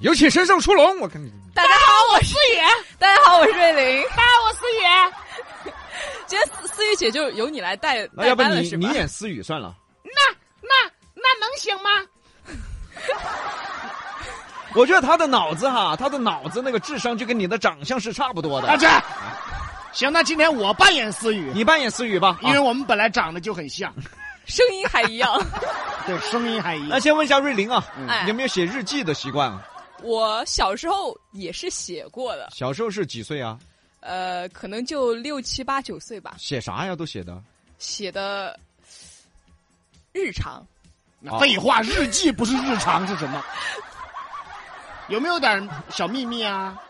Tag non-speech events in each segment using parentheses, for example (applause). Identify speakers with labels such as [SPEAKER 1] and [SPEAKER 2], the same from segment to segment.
[SPEAKER 1] 有请神兽出笼，我看你
[SPEAKER 2] 大家好，我是
[SPEAKER 3] 思雨，
[SPEAKER 2] 大家好，我是瑞玲。
[SPEAKER 3] 大家好，我思雨。
[SPEAKER 2] (laughs) 今天思思雨姐就由你来带
[SPEAKER 1] 那
[SPEAKER 2] 带
[SPEAKER 1] 要不
[SPEAKER 2] 班了，
[SPEAKER 1] 你
[SPEAKER 2] 是
[SPEAKER 1] 你
[SPEAKER 2] 吧？
[SPEAKER 1] 演思雨算了，
[SPEAKER 3] 那那那能行吗？
[SPEAKER 1] 我觉得他的脑子哈，他的脑子那个智商就跟你的长相是差不多
[SPEAKER 3] 大
[SPEAKER 1] 的。
[SPEAKER 3] 志，行，那今天我扮演思雨，
[SPEAKER 1] 你扮演思雨吧，
[SPEAKER 3] 因为
[SPEAKER 1] 啊
[SPEAKER 3] 我们本来长得就很像，
[SPEAKER 2] 声音还一
[SPEAKER 1] (laughs)
[SPEAKER 2] 样。
[SPEAKER 3] 对，声音还一
[SPEAKER 1] 那
[SPEAKER 3] 样。
[SPEAKER 1] 先问一下瑞玲啊，
[SPEAKER 2] 哎
[SPEAKER 1] 你有没有写日记的习惯啊？
[SPEAKER 2] 我小时候也是写过的，
[SPEAKER 1] 小时候是几岁啊？
[SPEAKER 2] 呃，可能就六七八九岁吧，
[SPEAKER 1] 写啥呀？都写的
[SPEAKER 2] 写的日常。
[SPEAKER 3] 那废话，日记不是日常是什么？有没有点小秘密啊？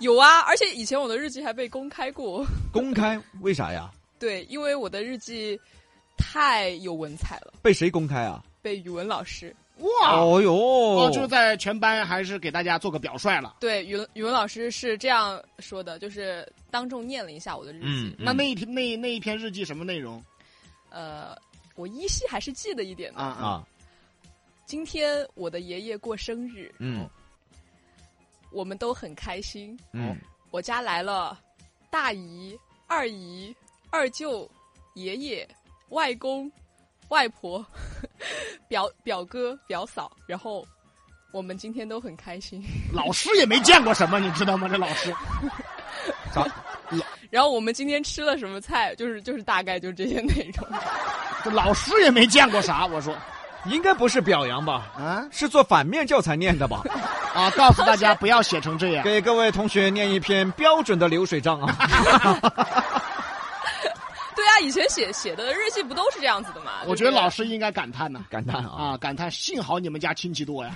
[SPEAKER 2] 有啊，而且以前我的日记还被公开过。 (laughs)
[SPEAKER 1] 公开，为啥呀？
[SPEAKER 2] 对，因为我的日记太有文采了，
[SPEAKER 1] 被谁公开啊？
[SPEAKER 2] 被语文老师
[SPEAKER 3] 哇，
[SPEAKER 1] 哦哟，
[SPEAKER 3] 哦，就在全班还是给大家做个表率了。
[SPEAKER 2] 对语文语文老师是这样说的，就是当众念了一下我的日记。
[SPEAKER 1] 嗯，
[SPEAKER 3] 那
[SPEAKER 1] 嗯
[SPEAKER 3] 那一天那那一篇日记什么内容
[SPEAKER 2] 呃，我依稀还是记得一点的。
[SPEAKER 3] 啊啊？
[SPEAKER 1] 啊，
[SPEAKER 2] 今天我的爷爷过生日，
[SPEAKER 1] 嗯
[SPEAKER 2] 我们都很开心。
[SPEAKER 1] 嗯，
[SPEAKER 2] 我家来了大姨、二姨、二舅、爷爷、外公、外婆、 (laughs) 表表哥、表嫂，然后我们今天都很开心。 (laughs)
[SPEAKER 3] 老师也没见过什么，你知道吗？这老师
[SPEAKER 1] 咋？
[SPEAKER 2] 然后我们今天吃了什么菜，就是就是大概就是这些内容。
[SPEAKER 3] 这老师也没见过啥。我说
[SPEAKER 1] 应该不是表扬吧？
[SPEAKER 3] 啊
[SPEAKER 1] 是做反面教材念的吧？
[SPEAKER 3] 啊，告诉大家不要写成这样。
[SPEAKER 1] 给各位同学念一篇标准的流水账啊！
[SPEAKER 2] 对啊，以前写写的日记不都是这样子的嘛？
[SPEAKER 3] 我觉得老
[SPEAKER 2] 师
[SPEAKER 3] 师应该感叹呐、
[SPEAKER 1] 感叹
[SPEAKER 3] 啊，
[SPEAKER 1] 啊！
[SPEAKER 3] 感叹幸好你们家亲戚多呀，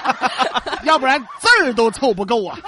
[SPEAKER 3] (laughs) 要不然字儿都凑不够啊。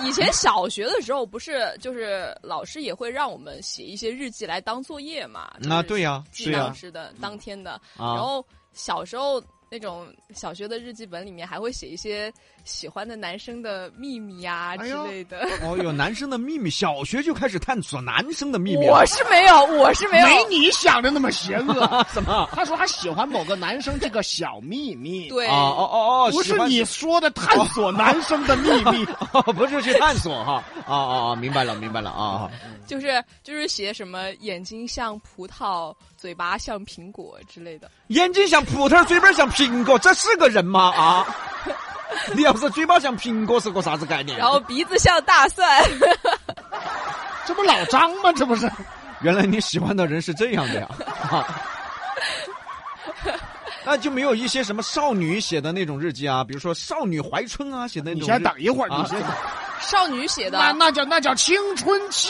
[SPEAKER 2] 以前小学的时候不是就是老师也会让我们写一些日记来当作业嘛？就是
[SPEAKER 1] 啊那对呀，
[SPEAKER 2] 记
[SPEAKER 1] 是
[SPEAKER 2] 当
[SPEAKER 1] 呀嗯
[SPEAKER 2] 时的、当天的，然
[SPEAKER 1] 啊，
[SPEAKER 2] 后小时候。那种小学的日记本里面还会写一些喜欢的男生的秘密啊
[SPEAKER 3] 哎
[SPEAKER 2] 之
[SPEAKER 3] 呦
[SPEAKER 2] 类的。
[SPEAKER 1] 哦哟，男生的秘密，小学就开始探索男生的秘密啊了
[SPEAKER 2] (laughs) 我。是没有，我是没有。
[SPEAKER 3] 没你想的那么邪
[SPEAKER 1] (laughs)
[SPEAKER 3] 恶。
[SPEAKER 1] 什么？
[SPEAKER 3] 他说他喜欢某个男生这个小
[SPEAKER 1] (laughs)
[SPEAKER 3] 秘密，
[SPEAKER 2] 对，
[SPEAKER 1] 啊哦哦哦，
[SPEAKER 3] 不
[SPEAKER 1] 喜
[SPEAKER 3] 是
[SPEAKER 1] 欢
[SPEAKER 3] 你说的探索男生的秘
[SPEAKER 1] (laughs)
[SPEAKER 3] 密。
[SPEAKER 1] 哦，不是去探索哈，啊啊啊，明白了，明白了啊，
[SPEAKER 2] 就是就是写什么眼睛像葡萄，嘴巴像苹果之类的。
[SPEAKER 1] 眼睛像葡萄，嘴巴像苹果，这是个人吗？啊， (laughs) 你要是嘴巴像苹果是个啥子概念？
[SPEAKER 2] 然后鼻子像大蒜， (laughs)
[SPEAKER 3] 这不老张吗？这不
[SPEAKER 1] (laughs)
[SPEAKER 3] 是？
[SPEAKER 1] 原来你喜欢的人是这样的呀，
[SPEAKER 2] (laughs)
[SPEAKER 1] 啊那就没有一些什么少女写的那种日记啊，比如说少女怀春啊写的那
[SPEAKER 3] 你
[SPEAKER 1] 种日。
[SPEAKER 3] 先等一会儿，
[SPEAKER 1] 啊
[SPEAKER 3] 你先等。
[SPEAKER 2] 少女写的啊
[SPEAKER 3] 那那叫那叫青春期，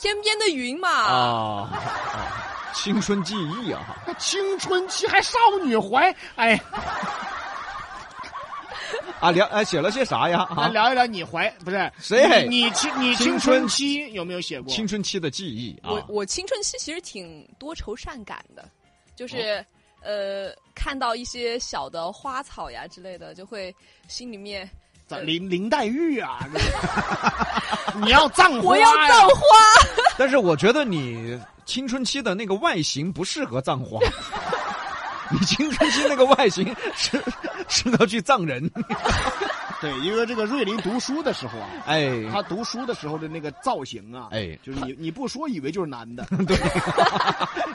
[SPEAKER 2] 天边的云嘛。
[SPEAKER 1] 啊啊，青春记忆啊，
[SPEAKER 3] 那青春期还少女怀，哎，
[SPEAKER 1] 啊聊哎写了些啥呀？
[SPEAKER 3] 那
[SPEAKER 1] 啊，
[SPEAKER 3] 聊一聊你怀不是？
[SPEAKER 1] 谁
[SPEAKER 3] 你你青你
[SPEAKER 1] 青
[SPEAKER 3] 青
[SPEAKER 1] 春
[SPEAKER 3] 春期有没有写过？
[SPEAKER 1] 青春期的记忆啊
[SPEAKER 2] (laughs) 我，我青春期其实挺多愁善感的，就是、呃看到一些小的花草呀之类的，就会心里面
[SPEAKER 3] 咋林林黛玉啊？这你要葬花
[SPEAKER 2] 我要
[SPEAKER 3] 呀
[SPEAKER 2] 葬花。
[SPEAKER 1] 但是我觉得你青春期的那个外形不适合葬花。 (laughs) 你青春期那个外形适适合去葬人，
[SPEAKER 3] 对，因为这个瑞林读书的时候啊，
[SPEAKER 1] 哎，
[SPEAKER 3] 他读书的时候的那个造型啊，
[SPEAKER 1] 哎
[SPEAKER 3] 就是你你不说以为就是男的，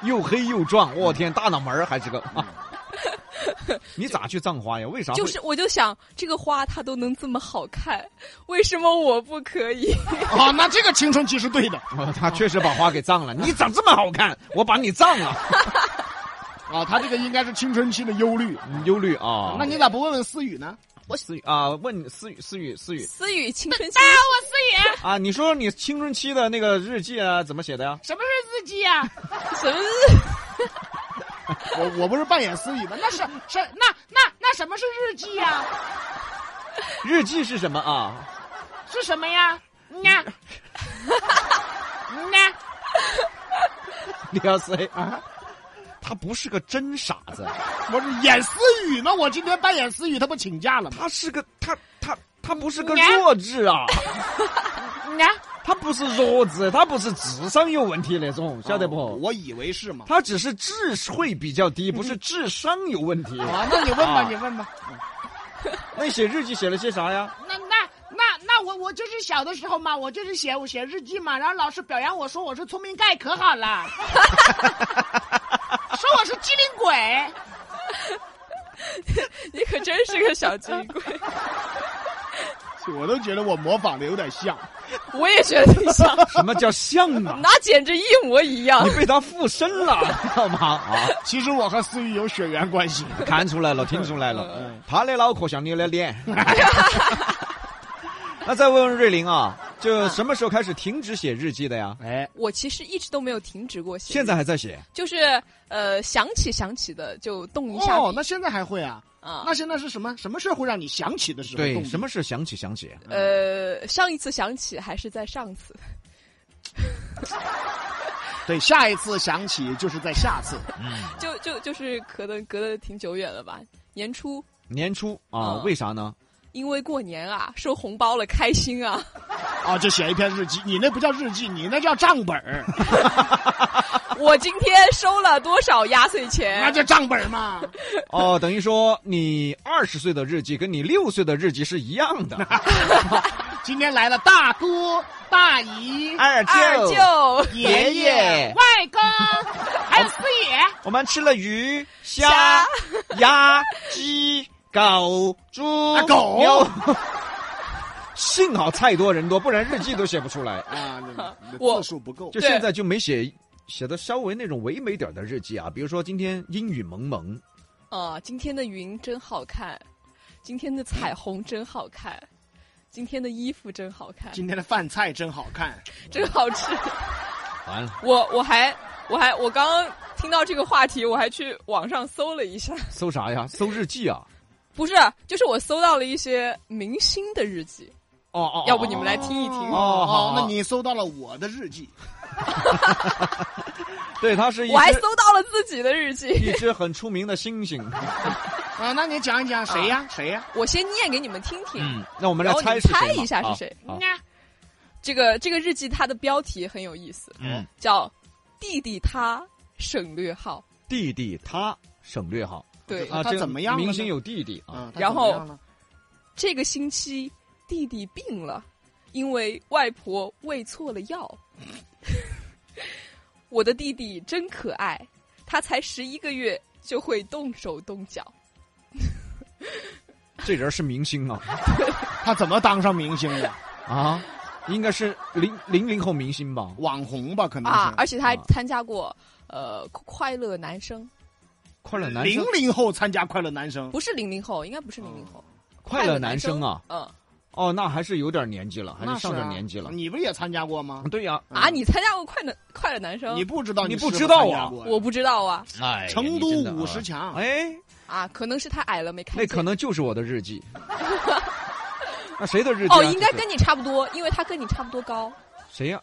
[SPEAKER 1] 又黑又壮，我天，大脑门儿还是个。啊你咋去葬花呀？为啥会？
[SPEAKER 2] 就是我就想这个花它都能这么好看，为什么我不可以？
[SPEAKER 3] 啊， (laughs) 那这个青春期是对的
[SPEAKER 1] 哦他确实把花给葬了。你长这么好看，我把你葬了。
[SPEAKER 3] 啊，他这个应该是青春期的忧虑。
[SPEAKER 1] 嗯忧虑啊？
[SPEAKER 3] 那你咋不问问思雨呢？
[SPEAKER 1] 思雨啊？问思雨，思雨，思雨
[SPEAKER 2] 思雨青春期
[SPEAKER 3] 我思雨，
[SPEAKER 1] 啊？你说你青春期的那个日记啊，怎么写的呀？
[SPEAKER 3] 什么是日记啊？
[SPEAKER 2] 什么？
[SPEAKER 3] 我我不是扮演思雨吗？那是是那那那什么是日记啊呀、
[SPEAKER 1] 日记是什么啊？
[SPEAKER 3] 是什么呀？嗯啊 (laughs) 那那
[SPEAKER 1] 你要谁啊？他不是个真傻子，
[SPEAKER 3] 我是演思雨吗？我今天扮演思雨，他不请假了吗？
[SPEAKER 1] 他是个他他他不是个
[SPEAKER 3] 你看
[SPEAKER 1] 弱智啊！
[SPEAKER 3] 那
[SPEAKER 1] 他不是弱智，他不是智商有问题那种，晓得
[SPEAKER 3] 哦
[SPEAKER 1] 不？
[SPEAKER 3] 我以为是嘛。
[SPEAKER 1] 他只是智慧比较低，不是智商有问题。
[SPEAKER 3] 啊，那你问吧，
[SPEAKER 1] 啊
[SPEAKER 3] 你问吧。
[SPEAKER 1] 那写日记写了些啥呀？
[SPEAKER 3] 那那那那我我就是小的时候嘛，我就是写我写日记嘛，然后老师表扬我说我是聪明盖，可
[SPEAKER 1] (laughs)
[SPEAKER 3] 好了，说我是机灵鬼。
[SPEAKER 2] 你可真是个小金龟，
[SPEAKER 3] 我都觉得我模仿的有点像，
[SPEAKER 2] 我也觉得你像，
[SPEAKER 1] 什么叫像
[SPEAKER 3] (laughs)
[SPEAKER 1] 啊？
[SPEAKER 2] 那简直一模一样
[SPEAKER 1] 你。被他附身了，知道吗？啊，
[SPEAKER 3] 其实我和思雨有血缘关系。
[SPEAKER 1] 看出来了，听出来了
[SPEAKER 3] 嗯，
[SPEAKER 1] 他的脑壳像你的
[SPEAKER 3] (laughs)
[SPEAKER 1] 脸。那再问问瑞林啊，就
[SPEAKER 3] 嗯
[SPEAKER 1] 什么时候开始停止写日记的呀？
[SPEAKER 3] 哎，
[SPEAKER 2] 我其实一直都没有停止过写，
[SPEAKER 1] 现在还在写，
[SPEAKER 2] 就是呃想起想起的就动一下笔、
[SPEAKER 3] 哦，那现在还会啊？
[SPEAKER 2] 啊
[SPEAKER 3] 那现在是什么什么事儿会让你想起的时候动
[SPEAKER 1] 对，
[SPEAKER 3] 笔
[SPEAKER 1] 什么事想起想起，
[SPEAKER 2] 呃上一次想起还是在上次， (laughs)
[SPEAKER 3] 对，下一次想起就是在下次。
[SPEAKER 2] 就就就是可能隔得挺久远了吧，年初。
[SPEAKER 1] 年初啊，
[SPEAKER 2] 嗯
[SPEAKER 1] 为啥呢？
[SPEAKER 2] 因为过年啊，收红包了，开心啊！
[SPEAKER 3] 啊，就写一篇日记，你那不叫日记，你那叫账本
[SPEAKER 1] (laughs)
[SPEAKER 3] 儿，
[SPEAKER 2] 我今天收了多少压岁钱？
[SPEAKER 3] 那叫账本
[SPEAKER 1] (laughs)
[SPEAKER 3] 儿嘛。
[SPEAKER 1] 哦，等于说你二十岁的日记跟你六岁的日记是一样的。
[SPEAKER 3] 今天来了大姑、大姨、
[SPEAKER 1] 二
[SPEAKER 2] (laughs) 二舅，
[SPEAKER 1] 啊爷爷
[SPEAKER 3] 外公，还有四爷。
[SPEAKER 1] 我们吃了鱼、
[SPEAKER 2] 虾
[SPEAKER 1] 虾、鸭、鸡、狗、猪、
[SPEAKER 3] 啊狗
[SPEAKER 1] 牛。幸好菜多人多，不然日记都写不出来。
[SPEAKER 3] 啊，
[SPEAKER 1] (laughs)
[SPEAKER 3] 那
[SPEAKER 2] 我
[SPEAKER 3] 字数不够
[SPEAKER 1] 就
[SPEAKER 2] 对
[SPEAKER 1] 现在就没写写的稍微那种唯美点儿的日记啊，比如说今天阴雨蒙蒙，
[SPEAKER 2] 啊，今天的云真好看，今天的彩虹真好看，今天的衣服真好看，
[SPEAKER 3] 今天的饭菜真好
[SPEAKER 1] (laughs)
[SPEAKER 3] 看，
[SPEAKER 2] 真好吃。 (laughs)
[SPEAKER 1] 完了
[SPEAKER 2] 我我还我还我刚刚听到这个话题，我还去网上搜了一下，
[SPEAKER 1] 搜啥呀？搜日记啊？
[SPEAKER 2] 不是，就是我搜到了一些明星的日记，
[SPEAKER 1] 哦哦，哦
[SPEAKER 2] 要不你们来听一听
[SPEAKER 3] 哦，
[SPEAKER 1] 哦好
[SPEAKER 3] 哦
[SPEAKER 1] 好
[SPEAKER 3] 那你搜到了我的日记，
[SPEAKER 1] 对，它是一
[SPEAKER 2] 我还
[SPEAKER 1] 只
[SPEAKER 2] 搜到了自己的日
[SPEAKER 1] 一
[SPEAKER 2] (laughs) 记。
[SPEAKER 1] 只很出名的星星。
[SPEAKER 3] 啊，那你讲一讲谁
[SPEAKER 1] 啊
[SPEAKER 3] 呀？谁呀？
[SPEAKER 2] 我先念给你们听听，
[SPEAKER 1] 嗯，那我们来
[SPEAKER 2] 然后
[SPEAKER 1] 猜
[SPEAKER 2] 你们
[SPEAKER 1] 是谁
[SPEAKER 2] 猜
[SPEAKER 1] 嘛
[SPEAKER 2] 一下是
[SPEAKER 1] 啊
[SPEAKER 2] 谁。
[SPEAKER 1] 好
[SPEAKER 3] 嗯
[SPEAKER 2] 这个这个日记它的标题很有意思，
[SPEAKER 1] 嗯，
[SPEAKER 2] 叫“弟弟他省略号
[SPEAKER 1] 弟弟他省略号”。
[SPEAKER 2] 对，
[SPEAKER 3] 啊
[SPEAKER 1] 这
[SPEAKER 3] 他
[SPEAKER 1] 个
[SPEAKER 3] 怎么样了
[SPEAKER 1] 明
[SPEAKER 3] 呢
[SPEAKER 1] 星有弟弟啊，
[SPEAKER 3] 嗯，他
[SPEAKER 2] 然
[SPEAKER 3] 怎么
[SPEAKER 2] 后
[SPEAKER 3] 样了
[SPEAKER 2] 这个星期弟弟病了，因为外婆喂错了药。 (laughs) 我的弟弟真可爱，他才十一个月就会动手动脚。
[SPEAKER 1] 这人是明星啊
[SPEAKER 3] 他怎么当上明星的？
[SPEAKER 1] 啊，应该是零零零后明星吧？
[SPEAKER 3] 网红吧，可能
[SPEAKER 2] 啊！
[SPEAKER 3] 是。
[SPEAKER 2] 而且他还
[SPEAKER 1] 啊
[SPEAKER 2] 参加过呃快乐男生，
[SPEAKER 1] 快乐男
[SPEAKER 3] 零
[SPEAKER 1] 生，
[SPEAKER 3] 零后参加快乐男生，
[SPEAKER 2] 不是零零后，应该不是零零后，
[SPEAKER 1] 哦快乐男生啊，
[SPEAKER 2] 嗯
[SPEAKER 1] 哦，那还是有点年纪了，还
[SPEAKER 3] 那
[SPEAKER 1] 是上点
[SPEAKER 3] 啊
[SPEAKER 1] 年纪了。
[SPEAKER 3] 你不是也参加过吗？
[SPEAKER 1] 对呀，
[SPEAKER 2] 啊！
[SPEAKER 3] 嗯
[SPEAKER 2] 你参加过快乐快乐男生？
[SPEAKER 3] 你不知道，
[SPEAKER 1] 你
[SPEAKER 3] 是
[SPEAKER 1] 不
[SPEAKER 3] 是
[SPEAKER 1] 知道啊
[SPEAKER 3] 参加过呀
[SPEAKER 2] 我不知道啊
[SPEAKER 1] 哎呀，
[SPEAKER 3] 成
[SPEAKER 1] 你
[SPEAKER 3] 都
[SPEAKER 1] 真的啊
[SPEAKER 3] 五十强，
[SPEAKER 1] 哎，
[SPEAKER 2] 啊，可能是他矮了没看
[SPEAKER 1] 那
[SPEAKER 2] 见。 (laughs)
[SPEAKER 1] 可能就是我的日记。那谁的日记啊？
[SPEAKER 2] 哦，应该
[SPEAKER 1] 这是
[SPEAKER 2] 跟你差不多，因为他跟你差不多高。
[SPEAKER 1] 谁呀？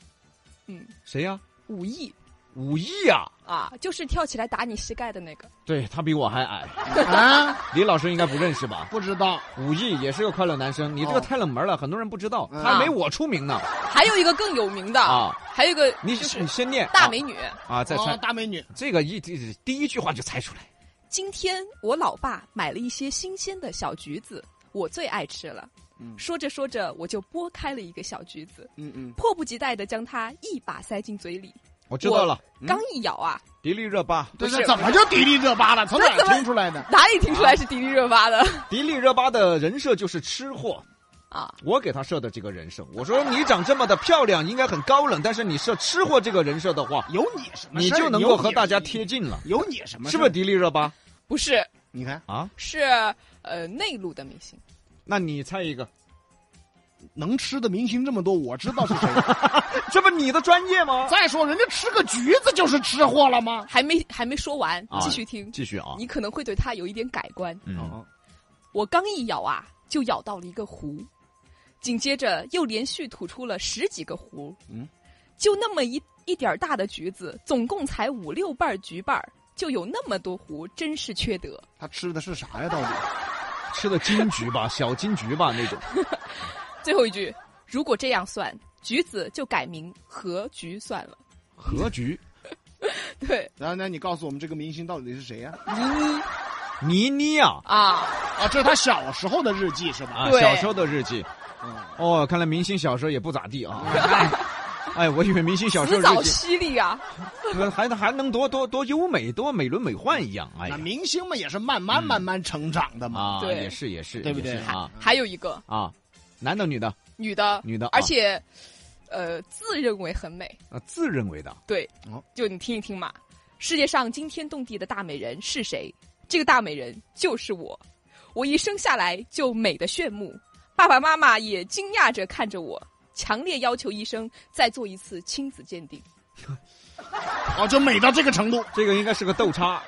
[SPEAKER 2] 嗯，
[SPEAKER 1] 谁呀？
[SPEAKER 2] 武艺
[SPEAKER 1] 武艺呀？
[SPEAKER 2] 啊，就是跳起来打你膝盖的那个。
[SPEAKER 1] 对他比我还矮，
[SPEAKER 3] 啊，
[SPEAKER 1] 李老师应该不认识吧？
[SPEAKER 3] 不知道。
[SPEAKER 1] 武艺也是个快乐男生，你这
[SPEAKER 3] 哦
[SPEAKER 1] 个太冷门了，很多人不知道，
[SPEAKER 3] 嗯
[SPEAKER 1] 他没我出名呢
[SPEAKER 2] (laughs) 还有一个更有名的，
[SPEAKER 1] 啊！
[SPEAKER 2] 还有一个
[SPEAKER 1] 你
[SPEAKER 2] 就是
[SPEAKER 1] 你先念
[SPEAKER 2] 大美女。
[SPEAKER 1] 啊，再
[SPEAKER 3] 哦
[SPEAKER 1] 猜，
[SPEAKER 3] 大美女，
[SPEAKER 1] 这个一第第一句话就猜出来。
[SPEAKER 2] 今天我老爸买了一些新鲜的小橘子，我最爱吃了。
[SPEAKER 3] 嗯
[SPEAKER 2] 说着说着，我就剥开了一个小橘子，
[SPEAKER 3] 嗯嗯，
[SPEAKER 2] 迫不及待的将它一把塞进嘴里。
[SPEAKER 1] 我知道了，
[SPEAKER 3] 嗯
[SPEAKER 2] 刚一咬啊，
[SPEAKER 1] 迪丽热巴，
[SPEAKER 3] 这
[SPEAKER 2] 不
[SPEAKER 3] 是啊
[SPEAKER 2] 是
[SPEAKER 3] 怎么就迪丽热巴了？从哪
[SPEAKER 2] 那
[SPEAKER 3] 儿
[SPEAKER 2] 怎么
[SPEAKER 3] 听出来的？
[SPEAKER 2] 哪里听出来是迪丽热巴的
[SPEAKER 1] 迪丽热巴的人设就是吃货。
[SPEAKER 2] 啊？
[SPEAKER 1] 我给她设的这个人设，我说你长这么的漂亮，应该很高冷，但是你设吃货这个人设的话，
[SPEAKER 3] (laughs) 有你什么
[SPEAKER 1] 你
[SPEAKER 3] 事儿？
[SPEAKER 1] 就能
[SPEAKER 3] 有
[SPEAKER 1] 够
[SPEAKER 3] 你
[SPEAKER 1] 和大家
[SPEAKER 3] 什么
[SPEAKER 1] 贴近了，
[SPEAKER 3] 有你什么？
[SPEAKER 1] 是不是？？迪丽热巴
[SPEAKER 2] 不是，
[SPEAKER 3] 你看
[SPEAKER 1] 啊？
[SPEAKER 2] 是呃内陆的明星。
[SPEAKER 1] 那你猜一个，
[SPEAKER 3] 能吃的明星这么多，我知道是谁。 (laughs)
[SPEAKER 1] 这不你的专业吗？
[SPEAKER 3] 再说人家吃个橘子就是吃货了吗？
[SPEAKER 2] 还没还没说完，
[SPEAKER 1] 啊
[SPEAKER 2] 继续听，
[SPEAKER 1] 继续啊，
[SPEAKER 2] 你可能会对它有一点改观。
[SPEAKER 1] 嗯，
[SPEAKER 3] 哦
[SPEAKER 2] 我刚一咬啊，就咬到了一个核，紧接着又连续吐出了十几个核。
[SPEAKER 3] 嗯，
[SPEAKER 2] 就那么一一点儿大的橘子，总共才五六瓣儿橘瓣儿，就有那么多核，真是缺德。
[SPEAKER 3] 他吃的是啥呀？到底？
[SPEAKER 1] 吃的金桔吧，小金桔吧那种，
[SPEAKER 2] 最后一句，如果这样算，橘子就改名和橘算了。 (laughs)
[SPEAKER 1] 和局
[SPEAKER 2] 对，
[SPEAKER 3] 然后呢，你告诉我们这个明星到底是谁呀、
[SPEAKER 2] 倪
[SPEAKER 1] 嗯倪
[SPEAKER 2] 妮
[SPEAKER 1] 妮啊
[SPEAKER 2] 啊，
[SPEAKER 3] 啊？这是他小时候的日记是吧？
[SPEAKER 1] 啊，
[SPEAKER 2] 对
[SPEAKER 1] 小时候的日记
[SPEAKER 3] 嗯，
[SPEAKER 1] 哦，看来明星小时候也不咋地啊。哎，我以为明星小时
[SPEAKER 2] 辞
[SPEAKER 1] 候
[SPEAKER 2] 藻 (laughs)
[SPEAKER 1] 日记
[SPEAKER 2] 犀利啊，
[SPEAKER 1] 呃还还能多多多优美，多美轮美奂一样。哎
[SPEAKER 3] 那
[SPEAKER 1] 呀，
[SPEAKER 3] 明星们也是慢慢
[SPEAKER 1] 嗯
[SPEAKER 3] 慢慢成长的嘛。
[SPEAKER 1] 啊，
[SPEAKER 2] 对
[SPEAKER 1] 也是也是，
[SPEAKER 3] 对不对
[SPEAKER 1] 也是啊
[SPEAKER 2] 还有一个
[SPEAKER 1] 啊，男的女的，
[SPEAKER 2] 女的，
[SPEAKER 1] 女的啊
[SPEAKER 2] 而且，呃，自认为很美。
[SPEAKER 1] 呃自认为的
[SPEAKER 2] 对
[SPEAKER 3] 哦，
[SPEAKER 2] 就你听一听嘛，世界上惊天动地的大美人是谁？这个大美人就是我，我一生下来就美得炫目，爸爸妈妈也惊讶着看着我，强烈要求医生再做一次亲子鉴定。
[SPEAKER 3] 哦，就美到这个程度。
[SPEAKER 1] 这个应该是个豆叉，
[SPEAKER 3] 啊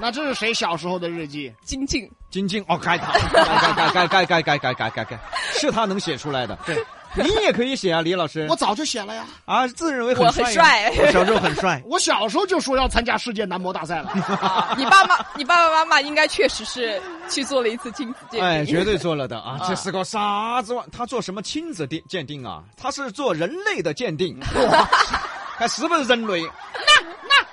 [SPEAKER 3] 那这是谁小时候的日记？
[SPEAKER 2] 精进，
[SPEAKER 1] (laughs) 晶晶哦，该他，该该该该该该该该该该，是他能写出来的。
[SPEAKER 3] 对，
[SPEAKER 1] 你也可以写啊，李老师
[SPEAKER 3] 我早就写了呀，。
[SPEAKER 1] 啊，自认为
[SPEAKER 2] 我很
[SPEAKER 1] 帅呀，
[SPEAKER 2] 帅。
[SPEAKER 1] 我小时候很帅
[SPEAKER 3] 我小时候就说要参加世界男模大赛了。
[SPEAKER 2] 啊你爸妈，你爸爸妈妈应该确实是去做了一次亲子鉴
[SPEAKER 1] (laughs)
[SPEAKER 2] 定。(laughs)
[SPEAKER 1] 哎，绝对做了的啊！
[SPEAKER 2] 啊
[SPEAKER 1] 这是个啥子玩？他做什么亲子鉴鉴定啊？他是做人类的鉴定，还是不是人类？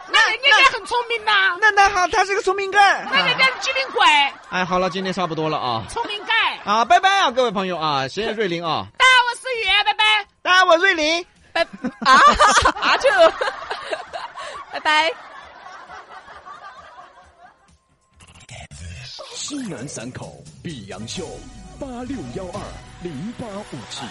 [SPEAKER 3] 那人家很聪明呐、
[SPEAKER 1] 那那好，他是个聪明盖。
[SPEAKER 3] 家机灵鬼，
[SPEAKER 1] 哎，好了，今天差不多了啊。
[SPEAKER 3] 聪明盖。
[SPEAKER 1] 啊，拜拜啊，各位朋友啊，谢谢瑞林啊，
[SPEAKER 3] 大家好，我思雨，拜拜。
[SPEAKER 1] 大家好我瑞林。
[SPEAKER 2] 拜 (laughs) 啊啊这， (laughs) 拜拜。
[SPEAKER 4] 西南三口碧阳秀八六幺二零八五七。